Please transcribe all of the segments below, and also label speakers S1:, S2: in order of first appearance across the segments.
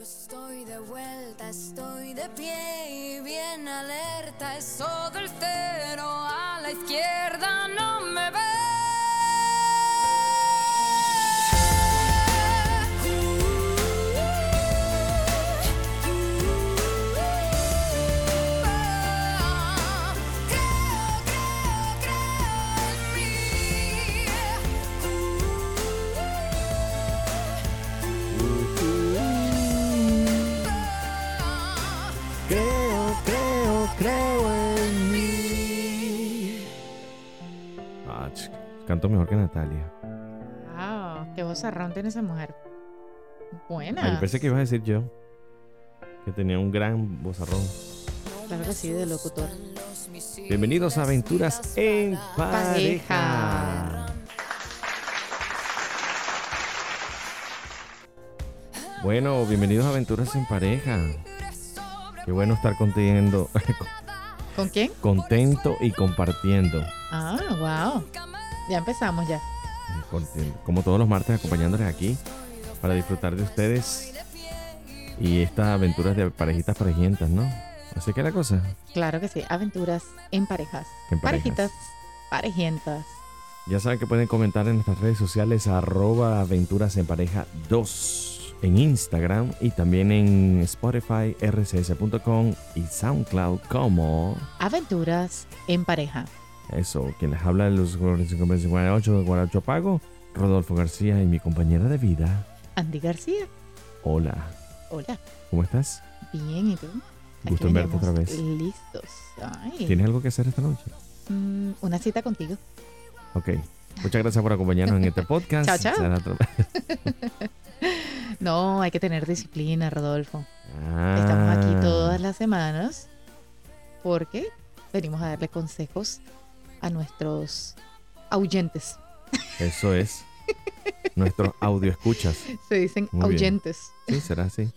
S1: Estoy de vuelta, estoy de pie y bien alerta. Eso del cero a la izquierda no me ve.
S2: Creo, creo, creo en mí. Ah, ch- canto mejor que Natalia.
S3: Wow, qué vozarrón tiene esa mujer.
S2: Ah,
S3: Buena.
S2: yo pensé que ibas a decir yo. Que tenía un gran bozarrón.
S3: Claro que sí, de locutor.
S2: Bienvenidos a Aventuras en Pareja. Bueno, bienvenidos a Aventuras en Pareja. Qué bueno estar conteniendo,
S3: ¿Con quién?
S2: contento y compartiendo.
S3: Ah, wow. Ya empezamos ya.
S2: Conten- Como todos los martes, acompañándoles aquí para disfrutar de ustedes y estas aventuras de parejitas parejientas, ¿no? Así que la cosa.
S3: Claro que sí, aventuras en parejas.
S2: En parejas.
S3: Parejitas, parejientas.
S2: Ya saben que pueden comentar en nuestras redes sociales arroba aventuras en pareja 2 en Instagram y también en Spotify, rcs.com y SoundCloud como
S3: Aventuras en pareja.
S2: eso, quien les habla de los 4548 de Guaracho Pago, Rodolfo García y mi compañera de vida.
S3: Andy García,
S2: Hola,
S3: hola.
S2: ¿cómo estás?
S3: Bien, ¿y tú? Aquí
S2: Gusto en verte
S3: veníamos
S2: otra vez.
S3: Listos. Ay,
S2: ¿Tienes algo que hacer esta noche?
S3: mm, una cita contigo.
S2: Ok. Muchas gracias por acompañarnos en este podcast.
S3: Chao, chao.
S2: Será otra-
S3: No, hay que tener disciplina, Rodolfo.
S2: Ah,
S3: Estamos aquí todas las semanas porque venimos a darle consejos a nuestros oyentes.
S2: Eso es. Nuestros audio escuchas.
S3: Se dicen
S2: Muy bien.
S3: oyentes.
S2: Sí, será así.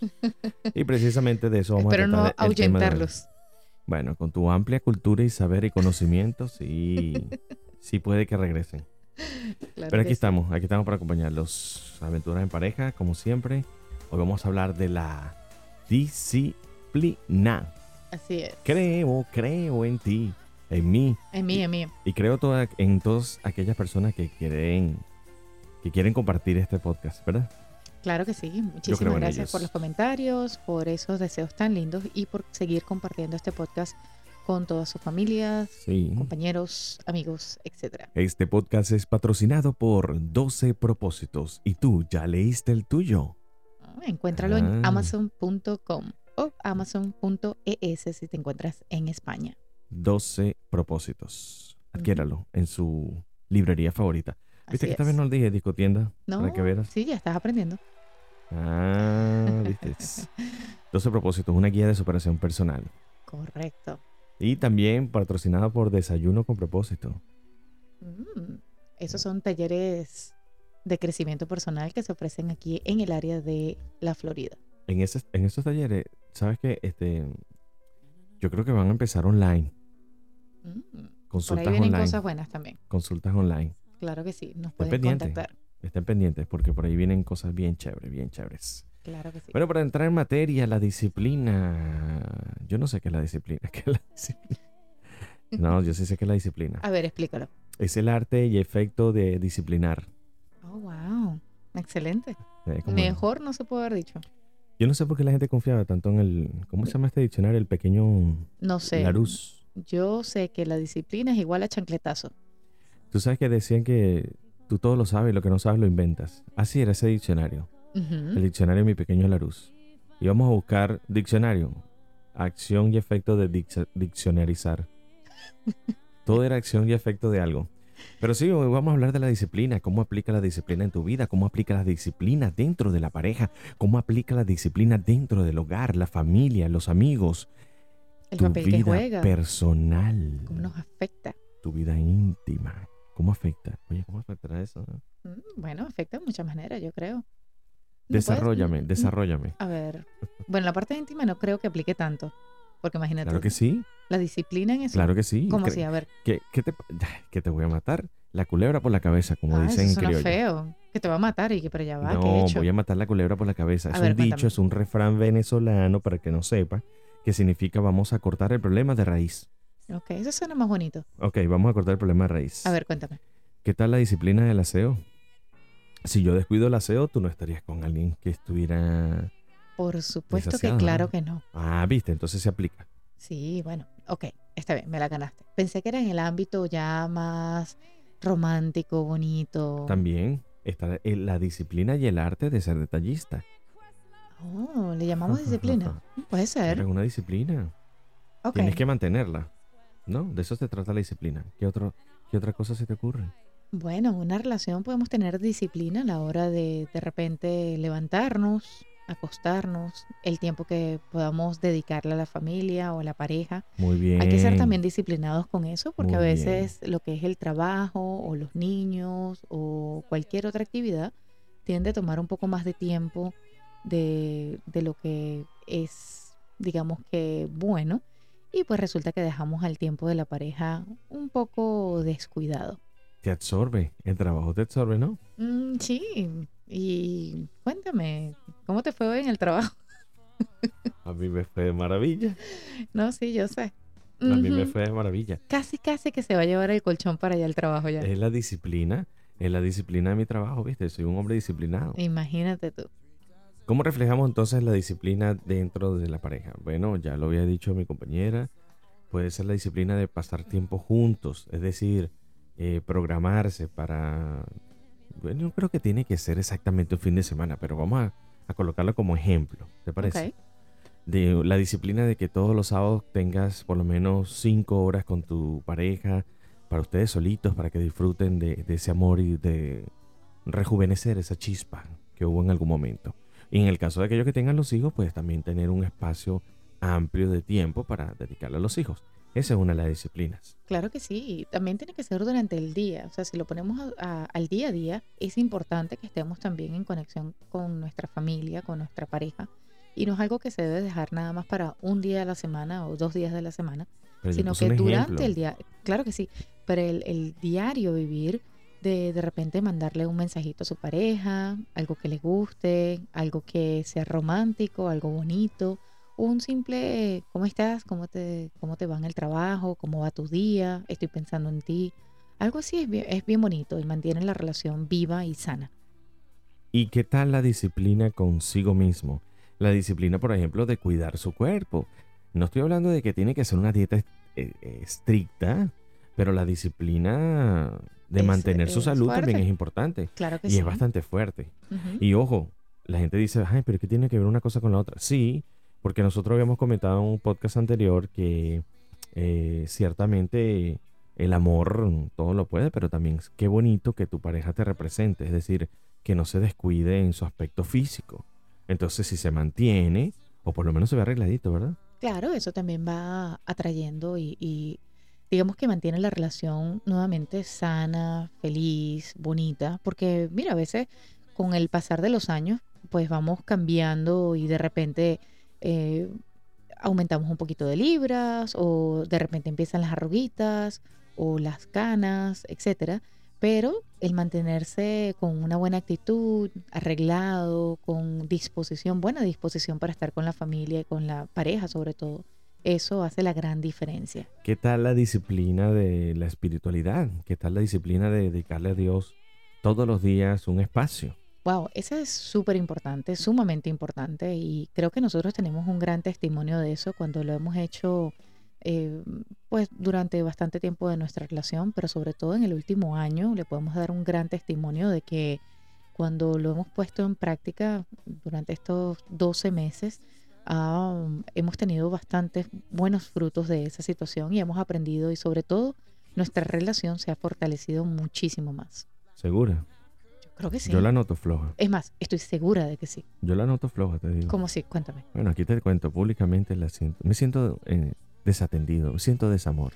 S2: Y precisamente de eso vamos
S3: Espero
S2: a
S3: no
S2: tratar el tema de hoy.
S3: ahuyentarlos.
S2: Bueno, con tu amplia cultura y saber y conocimiento, sí, sí puede que regresen. Pero
S3: Claro que
S2: aquí
S3: sí.
S2: estamos, aquí estamos para acompañarlos. Aventuras en pareja, como siempre. Hoy vamos a hablar de la disciplina.
S3: Así es.
S2: Creo, creo en ti, en mí.
S3: En mí, en mí.
S2: Y creo toda- en todas aquellas personas que quieren, que quieren compartir este podcast, ¿verdad?
S3: Claro que sí.
S2: creo
S3: Muchísimas
S2: en
S3: gracias
S2: ellos.
S3: por los comentarios, por esos deseos tan lindos y por seguir compartiendo este podcast con todas sus familias,
S2: Sí.
S3: compañeros, amigos, etcétera.
S2: Este podcast es patrocinado por 12 Propósitos y tú ya leíste el tuyo.
S3: Ah, Encuéntralo en
S2: Ah.
S3: amazon.com o amazon.es si te encuentras en España.
S2: 12 Propósitos.
S3: Ujú.
S2: Adquiéralo en su librería favorita.
S3: Así
S2: ¿Viste que
S3: es.
S2: esta vez no le dije discotienda? Para
S3: No,
S2: que veas.
S3: Sí, ya estás aprendiendo.
S2: Ah, viste. 12 Propósitos, una guía de superación personal.
S3: Correcto.
S2: Y también patrocinada por Desayuno con Propósito.
S3: Mm, Esos son talleres de crecimiento personal que se ofrecen aquí en el área de la Florida.
S2: En, ese, en esos talleres, ¿sabes qué? Este, yo creo que van a empezar online.
S3: Mm, Por ahí
S2: Consultas
S3: vienen
S2: online.
S3: cosas buenas también.
S2: Consultas online.
S3: Claro que sí, nos pueden
S2: pendiente.
S3: contactar.
S2: Estén pendientes porque por ahí vienen cosas bien chéveres, bien chéveres.
S3: Claro que sí.
S2: Bueno, para entrar en materia, la disciplina. Yo no sé qué es la disciplina. ¿Qué es la disciplina? No, yo sí sé qué es la disciplina.
S3: A ver, explícalo.
S2: Es el arte y efecto de disciplinar.
S3: Oh, wow. Excelente.
S2: Eh, como-
S3: Mejor no se puede haber dicho.
S2: Yo no sé por qué la gente confiaba tanto en el. ¿Cómo se llama este diccionario? El pequeño
S3: No sé.
S2: Larus.
S3: Yo sé que la disciplina es igual a chancletazo.
S2: Tú sabes que decían que tú todo lo sabes y lo que no sabes lo inventas. Así era ese diccionario.
S3: Ujú.
S2: El diccionario de mi pequeño Larus. Y vamos a buscar diccionario. Acción y efecto de dic- diccionarizar. Todo era acción y efecto de algo. Pero sí, hoy vamos a hablar de la disciplina, cómo aplica la disciplina en tu vida, cómo aplica la disciplina dentro de la pareja, cómo aplica la disciplina dentro del hogar, la familia, los amigos,
S3: El
S2: tu
S3: papel que
S2: vida
S3: juega.
S2: personal,
S3: ¿Cómo nos afecta?
S2: tu vida íntima. ¿Cómo afecta? Oye, ¿cómo afectará eso? no?
S3: Mm, Bueno, afecta de muchas maneras, yo creo. No puedes-
S2: Desarrollame,
S3: mm,
S2: desarrollame.
S3: A ver. Bueno, la parte íntima no creo que aplique tanto. Porque imagínate,
S2: Claro que sí,
S3: la disciplina en eso.
S2: claro que sí.
S3: Como
S2: Cre-
S3: si, a ver,
S2: ¿Qué, qué te, que te voy a matar? La culebra por la cabeza, como
S3: ah,
S2: dicen en
S3: eso suena
S2: criollo.
S3: feo. que te va a matar y que pero ya va, ¿qué he
S2: No,
S3: hecho?
S2: voy a matar la culebra por la cabeza.
S3: A
S2: es
S3: ver,
S2: un dicho,
S3: cuéntame.
S2: es un refrán venezolano, para el que no sepa, que significa vamos a cortar el problema de raíz.
S3: Ok, eso suena más bonito.
S2: Ok, vamos a cortar el problema de raíz.
S3: A ver, cuéntame.
S2: ¿Qué tal la disciplina del aseo? Si yo descuido el aseo, tú no estarías con alguien que estuviera...
S3: Por supuesto
S2: Desaseada,
S3: que claro
S2: ¿no?
S3: que no.
S2: Ah, viste, entonces se aplica.
S3: Sí, bueno, ok, está bien, me la ganaste. Pensé que era en el ámbito ya más romántico, bonito.
S2: También está el- la disciplina y el arte de ser detallista.
S3: Oh, le llamamos disciplina. Mm, Puede
S2: Es
S3: ser.
S2: una disciplina.
S3: Ok.
S2: Tienes que mantenerla. ¿No? De eso se trata la disciplina. ¿Qué, otro, ¿Qué otra cosa se te ocurre?
S3: Bueno, en una relación podemos tener disciplina a la hora de de repente levantarnos, acostarnos, el tiempo que podamos dedicarle a la familia o a la pareja.
S2: Muy bien.
S3: Hay que ser también disciplinados con eso porque a
S2: Muy bien.
S3: veces lo que es el trabajo o los niños o cualquier otra actividad tiende a tomar un poco más de tiempo de, de lo que es, digamos que, bueno. Y pues resulta que dejamos al tiempo de la pareja un poco descuidado.
S2: Te absorbe. El trabajo te absorbe, ¿no?
S3: Mm, sí, y cuéntame, ¿cómo te fue hoy en el trabajo?
S2: A mí me fue de maravilla.
S3: No, sí, yo sé.
S2: A mí me
S3: Ujú.
S2: fue de maravilla.
S3: Casi, casi que se va a llevar el colchón para allá al trabajo ya.
S2: Es la disciplina. Es la disciplina de mi trabajo, ¿viste? Soy un hombre disciplinado.
S3: Imagínate tú.
S2: ¿Cómo reflejamos entonces la disciplina dentro de la pareja? Bueno, ya lo había dicho mi compañera, puede ser la disciplina de pasar tiempo juntos, es decir, eh, programarse para... Bueno, yo creo que tiene que ser exactamente un fin de semana, pero vamos a, a colocarlo como ejemplo, ¿te parece?
S3: Ok.
S2: De la disciplina de que todos los sábados tengas por lo menos cinco horas con tu pareja, para ustedes solitos, para que disfruten de, de ese amor y de rejuvenecer esa chispa que hubo en algún momento. Y en el caso de aquellos que tengan los hijos, pues también tener un espacio amplio de tiempo para dedicarle a los hijos. Esa es una de las disciplinas.
S3: Claro que sí, y también tiene que ser durante el día, o sea, si lo ponemos a- a- al día a día, es importante que estemos también en conexión con nuestra familia, con nuestra pareja, y no es algo que se debe dejar nada más para un día de la semana o dos días de la semana,
S2: Pero yo
S3: sino
S2: puse
S3: que
S2: un
S3: durante
S2: ejemplo.
S3: el día, claro que sí, pero el, el diario vivir de de repente mandarle un mensajito a su pareja, algo que le guste, algo que sea romántico, algo bonito, un simple eh, ¿cómo estás? ¿Cómo te, cómo te va en el trabajo? ¿Cómo va tu día? Estoy pensando en ti. Algo así es bien, es bien bonito y mantiene la relación viva y sana.
S2: ¿Y qué tal la disciplina consigo mismo? La disciplina, por ejemplo, de cuidar su cuerpo. No estoy hablando de que tiene que ser una dieta est- eh, eh, estricta, pero la disciplina de
S3: Es-
S2: mantener su
S3: es
S2: salud también
S3: fuerte.
S2: es importante.
S3: Claro que
S2: Y
S3: sí.
S2: es bastante fuerte.
S3: Ujú.
S2: Y ojo, la gente dice, ay, pero ¿qué tiene que ver una cosa con la otra? Sí, porque nosotros habíamos comentado en un podcast anterior que eh, ciertamente el amor todo lo puede, pero también es- qué bonito que tu pareja te represente, es decir, que no se descuide en su aspecto físico. Entonces, si se mantiene, o por lo menos se ve arregladito, ¿verdad?
S3: Claro, eso también va atrayendo y, y digamos que mantiene la relación nuevamente sana, feliz, bonita, porque mira, a veces con el pasar de los años, pues vamos cambiando y de repente eh, aumentamos un poquito de libras o de repente empiezan las arruguitas o las canas, etcétera. Pero el mantenerse con una buena actitud, arreglado, con disposición, buena disposición para estar con la familia y con la pareja sobre todo, eso hace la gran diferencia.
S2: ¿Qué tal la disciplina de la espiritualidad? ¿Qué tal la disciplina de dedicarle a Dios todos los días un espacio?
S3: Wow, eso es súper importante, sumamente importante y creo que nosotros tenemos un gran testimonio de eso cuando lo hemos hecho eh, pues durante bastante tiempo de nuestra relación, pero sobre todo en el último año le podemos dar un gran testimonio de que cuando lo hemos puesto en práctica durante estos 12 meses, ah, hemos tenido bastantes buenos frutos de esa situación y hemos aprendido y sobre todo nuestra relación se ha fortalecido muchísimo más.
S2: Segura.
S3: Yo creo que sí.
S2: Yo la noto floja.
S3: Es más, estoy segura de que sí.
S2: Yo la noto floja, te digo.
S3: ¿Cómo sí? Cuéntame.
S2: Bueno, aquí te cuento públicamente, la siento, me siento eh, desatendido, me siento desamor.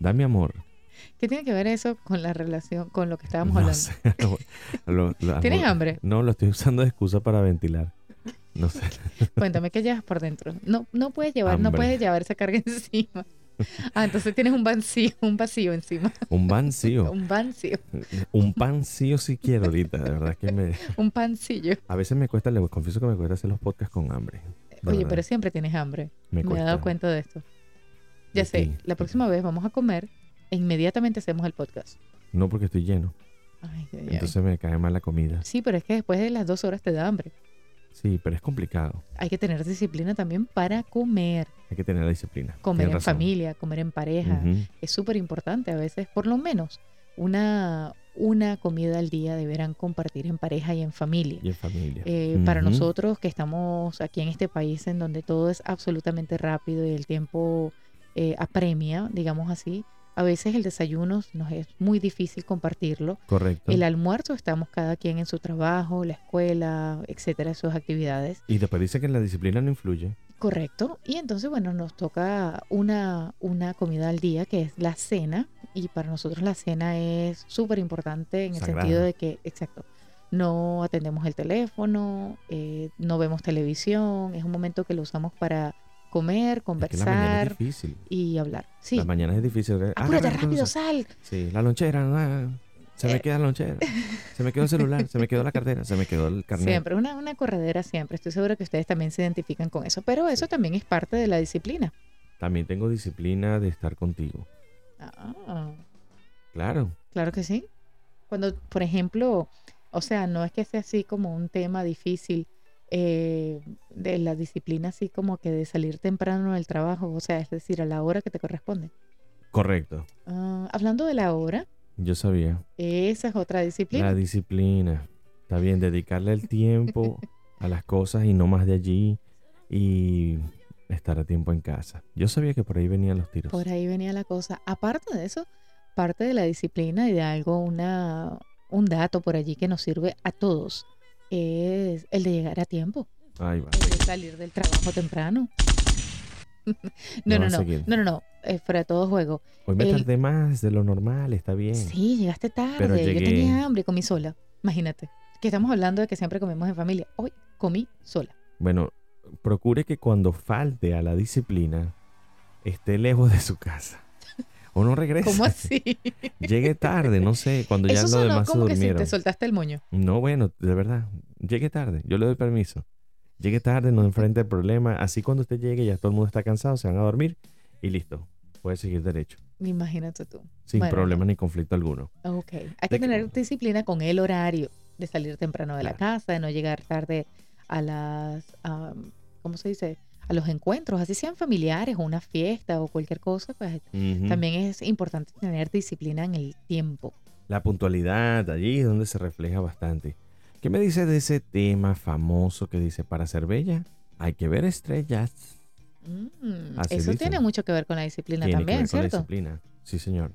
S2: Dame amor.
S3: ¿Qué tiene que ver eso con la relación, con lo que estábamos
S2: No
S3: hablando?
S2: sé, lo- lo-
S3: ¿Tienes
S2: amor-
S3: hambre?
S2: No, lo estoy usando de excusa para ventilar. No sé.
S3: Cuéntame qué llevas por dentro. No, no puedes llevar, no
S2: Hambre.
S3: puedes llevar esa carga encima. Ah, entonces tienes un vacío, un vacío encima.
S2: Un pancillo.
S3: Un vacío,
S2: Un pancillo si quiero ahorita. De verdad que me,
S3: un pancillo.
S2: a veces me cuesta, les confieso que me cuesta hacer los podcasts con hambre. de
S3: Oye,
S2: verdad,
S3: pero siempre tienes hambre.
S2: me,
S3: Me he dado cuenta de esto. Ya
S2: De
S3: sé,
S2: ti.
S3: la próxima vez vamos a comer e inmediatamente hacemos el podcast.
S2: No porque estoy lleno.
S3: Ay, ay, ay.
S2: Entonces me cae mal la comida.
S3: Sí, pero es que después de las dos horas te da hambre.
S2: Sí, pero es complicado.
S3: Hay que tener disciplina también para comer.
S2: Hay que tener la disciplina.
S3: Comer
S2: Tienes
S3: en
S2: razón.
S3: familia, comer en pareja.
S2: Ujú.
S3: Es súper importante a veces, por lo menos, una, una comida al día deberán compartir en pareja y en familia.
S2: Y en familia.
S3: Eh, Para
S2: Ujú.
S3: nosotros que estamos aquí en este país en donde todo es absolutamente rápido y el tiempo eh, apremia, digamos así, a veces el desayuno nos es muy difícil compartirlo.
S2: Correcto.
S3: El almuerzo estamos cada quien en su trabajo, la escuela, etcétera, sus actividades.
S2: Y después dice que la disciplina no influye.
S3: Correcto. Y entonces, bueno, nos toca una, una comida al día que es la cena. Y para nosotros la cena es súper importante en el
S2: Sagrada.
S3: sentido de que, exacto, no atendemos el teléfono, eh, no vemos televisión. Es un momento que lo usamos para comer,
S2: Es que la mañana es
S3: conversar
S2: difícil.
S3: y hablar. Sí.
S2: La mañana es difícil. Ah,
S3: Apúrate
S2: rápido,
S3: rápido,
S2: sa-
S3: sal.
S2: Sí, la lonchera. ah, se me
S3: Eh.
S2: queda la lonchera. Se me quedó el celular. se me quedó la cartera. Se me quedó el carnet.
S3: Siempre, una, una corredera siempre. Estoy segura que ustedes también se identifican con eso. Pero eso también es parte de la disciplina.
S2: También tengo disciplina de estar contigo.
S3: Ah.
S2: Claro.
S3: Claro que sí. Cuando, por ejemplo, o sea, no es que sea así como un tema difícil eh, de la disciplina, así como que de salir temprano del trabajo, o sea, es decir, a la hora que te corresponde.
S2: Correcto.
S3: Ah, hablando de la hora,
S2: Yo sabía.
S3: esa es otra disciplina.
S2: La disciplina. Está bien, dedicarle el tiempo a las cosas y no más de allí. Y estar a tiempo en casa. Yo sabía que por ahí venían los tiros.
S3: Por ahí venía la cosa. Aparte de eso, parte de la disciplina y de algo, una, un dato por allí que nos sirve a todos, es el de llegar a tiempo.
S2: Ahí va.
S3: el de salir del trabajo temprano. no,
S2: No,
S3: no,
S2: a
S3: no,
S2: seguir.
S3: no, no, no, eh, fuera de todo juego.
S2: Hoy me
S3: el-
S2: tardé más de lo normal. Está bien.
S3: Sí, llegaste tarde,
S2: Pero
S3: yo
S2: llegué.
S3: tenía hambre, comí sola, imagínate. Que estamos hablando de que siempre comemos en familia. Hoy comí sola.
S2: Bueno, procure que cuando falte a la disciplina esté lejos de su casa. O no regrese.
S3: ¿Cómo así?
S2: Llegue tarde, no sé, cuando ya
S3: Eso
S2: los
S3: sonó
S2: demás se
S3: como que si
S2: durmieron.
S3: te soltaste el moño.
S2: No, bueno, de verdad. Llegue tarde, yo le doy permiso. Llegue tarde, no enfrente el problema. Así cuando usted llegue ya todo el mundo está cansado, se van a dormir y listo. Puede seguir derecho,
S3: Imagínate tú.
S2: sin
S3: Bueno.
S2: problema ni conflicto alguno.
S3: Ok. Hay
S2: que-
S3: que tener disciplina con el horario de salir temprano de la
S2: Claro.
S3: casa, de no llegar tarde a las, am, ¿cómo se dice? A los encuentros, así sean familiares o una fiesta o cualquier cosa, pues
S2: Ujú.
S3: También es importante tener disciplina en el tiempo.
S2: La puntualidad, allí es donde se refleja bastante. ¿Qué me dice de ese tema famoso que dice, para ser bella hay que ver estrellas?
S3: Mm,
S2: Así
S3: eso
S2: dicen.
S3: tiene mucho que ver con la disciplina
S2: Tiene que
S3: Ah, también,
S2: ver con la
S3: ¿cierto?
S2: disciplina. Sí, señor.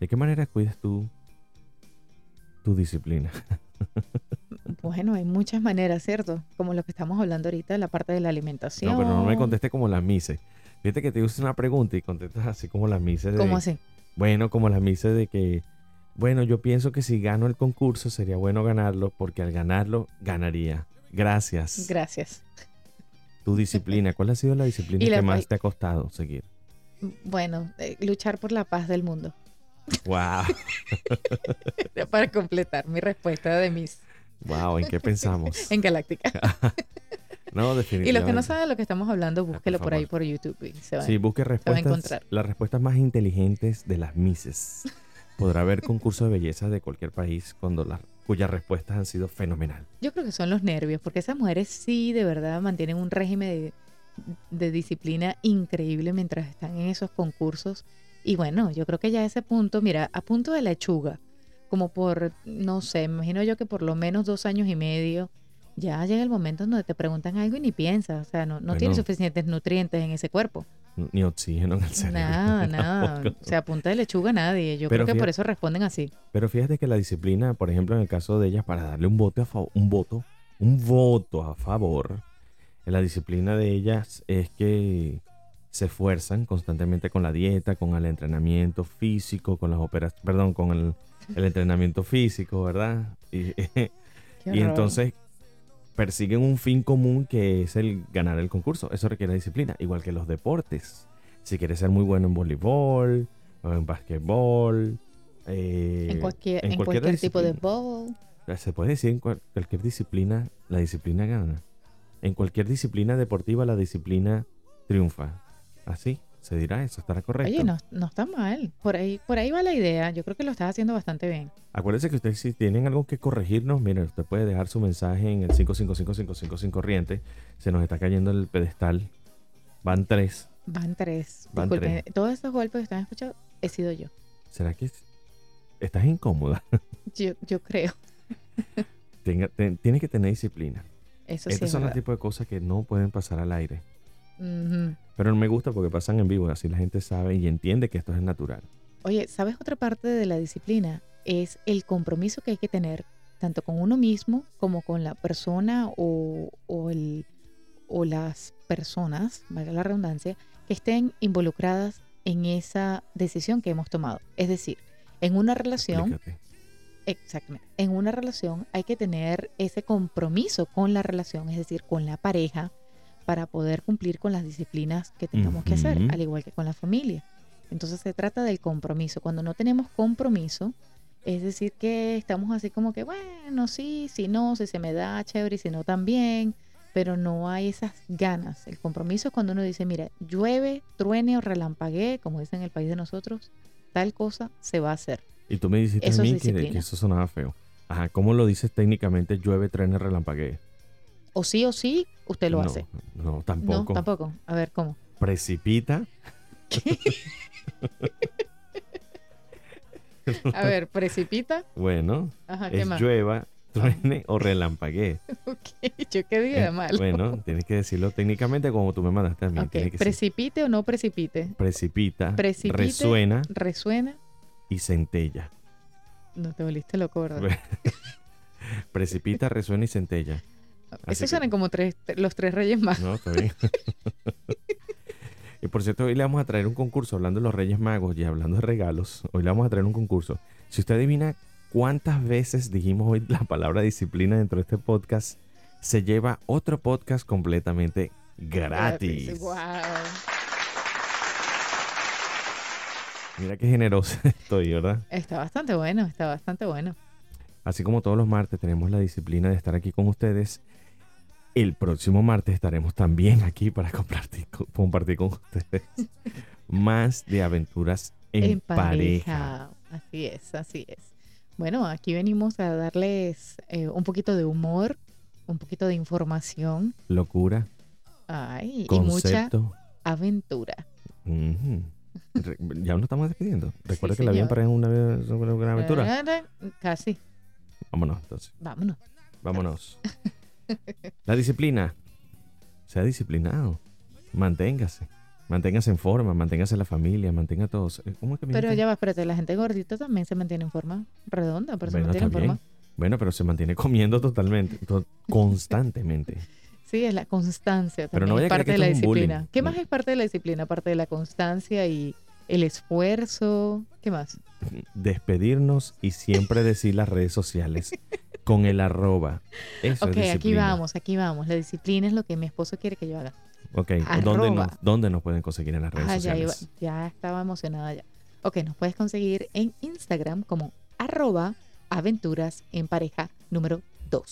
S2: ¿De qué manera cuidas tú tu disciplina?
S3: Bueno, hay muchas maneras, ¿cierto? Como lo que estamos hablando ahorita, la parte de la alimentación.
S2: No, pero no me contestes como las mises. Fíjate que te hice una pregunta y contestas así como las mises. De,
S3: ¿Cómo así?
S2: Bueno, como las mises de que, bueno, yo pienso que si gano el concurso sería bueno ganarlo porque al ganarlo ganaría. Gracias.
S3: Gracias.
S2: tu disciplina. ¿Cuál ha sido la disciplina
S3: Y la
S2: que
S3: fai-
S2: más te ha costado seguir?
S3: Bueno, eh, luchar por la paz del mundo.
S2: Wow.
S3: Para completar mi respuesta de mis
S2: Wow, ¿en qué pensamos?
S3: en Galáctica.
S2: No, definitivamente.
S3: Y los que no saben de lo que estamos hablando, búsquelo
S2: Ah,
S3: por,
S2: favor.
S3: ahí por YouTube y se van.
S2: Sí, busque respuestas,
S3: encontrar.
S2: las respuestas más inteligentes de las Mises. Podrá haber concursos de belleza de cualquier país cuando las cuyas respuestas han sido fenomenal.
S3: Yo creo que son los nervios, porque esas mujeres sí de verdad mantienen un régimen de, de disciplina increíble mientras están en esos concursos. Y bueno, yo creo que ya a ese punto, mira, a punto de lechuga, como por, no sé, me imagino yo que por lo menos dos años y medio, ya llega el momento en donde te preguntan algo y ni piensas, o sea, no, no tienes
S2: Bueno.
S3: suficientes nutrientes en ese cuerpo.
S2: Ni oxígeno en el cerebro.
S3: Nada, nada.
S2: Tampoco.
S3: O sea, a punta de lechuga nadie. Yo
S2: Pero
S3: creo que por
S2: fíjate-
S3: eso responden así.
S2: Pero fíjate que la disciplina, por ejemplo, en el caso de ellas, para darle un voto a favor, un voto, un voto a favor, la disciplina de ellas es que se esfuerzan constantemente con la dieta, con el entrenamiento físico, con las operaciones, perdón, con el, el entrenamiento físico, ¿verdad? Y, eh,
S3: Qué
S2: Y
S3: horror.
S2: entonces persiguen un fin común que es el ganar el concurso. Eso requiere disciplina, igual que los deportes. si quieres ser muy bueno en voleibol, o en basquetbol, eh,
S3: en cualquier,
S2: en
S3: en
S2: cualquier
S3: cualquier tipo de
S2: disciplina.
S3: bowl.
S2: se puede decir en cual- cualquier disciplina, la disciplina gana. En cualquier disciplina deportiva, la disciplina triunfa. Así se dirá eso, estará correcto.
S3: Oye, no, no está mal. Por ahí, por ahí va la idea. Yo creo que lo estás haciendo bastante bien.
S2: Acuérdense que ustedes si tienen algo que corregirnos, miren, usted puede dejar su mensaje en el 5555555 corriente. Se nos está cayendo el pedestal. Van tres.
S3: Van tres.
S2: Van
S3: Disculpen, todos estos golpes que están escuchando he sido yo.
S2: ¿Será que es- estás incómoda?
S3: Yo, yo creo.
S2: Tenga- ten- tienes que tener disciplina.
S3: Eso sí.
S2: Estos
S3: es
S2: son los
S3: verdad.
S2: tipos de cosas que no pueden pasar al aire.
S3: Ujú.
S2: Pero no me gusta porque pasan en vivo, así la gente sabe y entiende que esto es natural.
S3: Oye, ¿sabes otra parte de la disciplina? Es el compromiso que hay que tener tanto con uno mismo como con la persona o, o el, o las personas, valga la redundancia, que estén involucradas en esa decisión que hemos tomado. Es decir, en una relación
S2: Explícate.
S3: Exactamente. En una relación hay que tener ese compromiso con la relación, es decir, con la pareja, para poder cumplir con las disciplinas que tengamos que hacer,
S2: Ujú.
S3: al igual que con la familia. Entonces se trata del compromiso. Cuando no tenemos compromiso, es decir, que estamos así como que, bueno, sí, si no, si se me da chévere y si no también, pero no hay esas ganas. El compromiso es cuando uno dice, mira, llueve, truene o relampaguee, como dicen en el país de nosotros, tal cosa se va a hacer.
S2: Y tú me dijiste
S3: Eso
S2: a
S3: es
S2: mí que,
S3: disciplina.
S2: que eso sonaba feo. Ajá, ¿cómo lo dices técnicamente? Llueve, trene, relampaguee.
S3: O sí o sí, usted lo
S2: no,
S3: hace.
S2: No, tampoco.
S3: No, tampoco. A ver, ¿cómo?
S2: Precipita.
S3: A ver, precipita.
S2: Bueno,
S3: Ajá, ¿qué
S2: es
S3: más? Ah.
S2: llueva, truene o relampaguee.
S3: Ok, yo qué dije
S2: Eh,
S3: mal.
S2: Bueno, tienes que decirlo técnicamente como tú me mandaste a mí.
S3: Ok,
S2: Tiene que ser
S3: precipite o no precipite.
S2: precipita,
S3: Precipite.
S2: resuena
S3: Resuena.
S2: y centella.
S3: No te volviste loco, ¿verdad?
S2: Bueno, Precipita, resuena y centella. así que-
S3: Esos suenan como tres, te- los tres reyes más.
S2: No, está bien. y por cierto, hoy le vamos a traer un concurso hablando de los Reyes Magos y hablando de regalos. Hoy le vamos a traer un concurso. Si usted adivina cuántas veces dijimos hoy la palabra disciplina dentro de este podcast, se lleva otro podcast completamente gratis.
S3: Wow.
S2: Mira qué generosa estoy, ¿verdad?
S3: Está bastante bueno, está bastante bueno.
S2: Así como todos los martes tenemos la disciplina de estar aquí con ustedes, el próximo martes estaremos también aquí para compartir, co- compartir con ustedes más de aventuras en, pareja.
S3: Así es, así es. Bueno, aquí venimos a darles eh, un poquito de humor, un poquito de información
S2: Locura,
S3: ay, y mucha
S2: concepto.
S3: aventura.
S2: Ujú. Re- Ya nos estamos despidiendo. Recuerda que la vida en
S3: señor.
S2: pareja es una, es una gran aventura.
S3: Casi.
S2: Vámonos, entonces.
S3: Vámonos.
S2: Vámonos. La disciplina. Sea disciplinado. Manténgase. Manténgase en forma, manténgase en la familia, mantenga todos. Eh, ¿Cómo es que me
S3: Pero
S2: dijiste?
S3: ya va, espérate, la gente gordita también se mantiene en forma redonda, pero
S2: Bueno,
S3: se mantiene en
S2: está bien.
S3: forma.
S2: Bueno, pero se mantiene comiendo totalmente, to- constantemente.
S3: Sí, es la constancia
S2: Pero
S3: también.
S2: no vaya a
S3: es
S2: creer que
S3: parte de la
S2: esto es un bullying.
S3: disciplina. ¿Qué
S2: No.
S3: más es parte de la disciplina? Parte de la constancia y el esfuerzo. ¿Qué más?
S2: Despedirnos y siempre decir las redes sociales con el arroba. Eso
S3: ok,
S2: es
S3: aquí
S2: disciplina.
S3: vamos, aquí vamos. La disciplina es lo que mi esposo quiere que yo haga.
S2: Ok, ¿dónde nos,
S3: Arroba.
S2: dónde nos pueden conseguir en las redes
S3: Ah, ya, iba-
S2: sociales?
S3: ya estaba emocionada ya. Ok, nos puedes conseguir en Instagram como arroba aventuras en pareja número 2.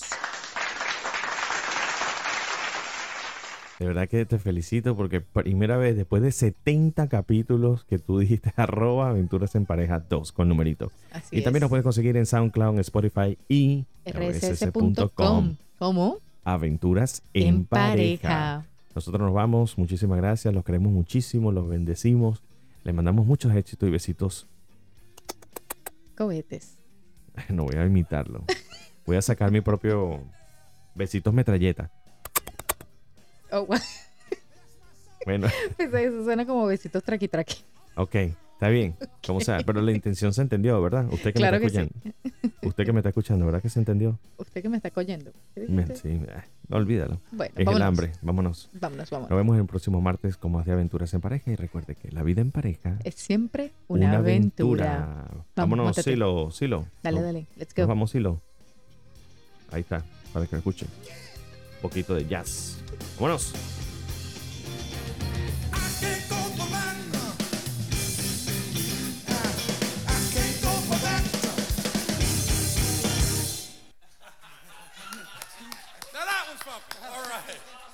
S2: De verdad que te felicito porque primera vez después de 70 capítulos que tú dijiste arroba aventuras en pareja 2 con numerito.
S3: Así
S2: Y también
S3: es.
S2: nos pueden conseguir en SoundCloud, en Spotify y
S3: rss.com. ¿Cómo?
S2: Aventuras en,
S3: En
S2: pareja.
S3: pareja.
S2: Nosotros nos vamos, muchísimas gracias, los queremos muchísimo, los bendecimos, les mandamos muchos éxitos y besitos.
S3: Cohetes.
S2: No voy a imitarlo. Voy a sacar mi propio besitos metralleta.
S3: Oh, wow.
S2: Bueno,
S3: Eso suena como besitos traqui traqui.
S2: ok, está bien, como sea, pero la intención se entendió, ¿verdad? Usted que
S3: Claro
S2: me
S3: que
S2: está
S3: sí.
S2: escuchando. Usted que me está escuchando, ¿verdad que se entendió?
S3: Usted que me está coyendo. ¿Qué
S2: Me-
S3: dijiste?
S2: Sí, ah, olvídalo.
S3: Bueno,
S2: Es el
S3: vámonos.
S2: hambre, vámonos.
S3: Vámonos, vámonos.
S2: Nos vemos el próximo martes con más de aventuras en pareja y recuerde que la vida en pareja
S3: Es siempre una, aventura.
S2: Vámonos,
S3: móntate.
S2: Silo, Silo.
S3: Dale,
S2: Nos-
S3: dale. Let's
S2: Nos
S3: go.
S2: vamos, Silo. Ahí está, para que lo escuchen. Un poquito de jazz. Vámonos.
S4: I can't go for mine. right.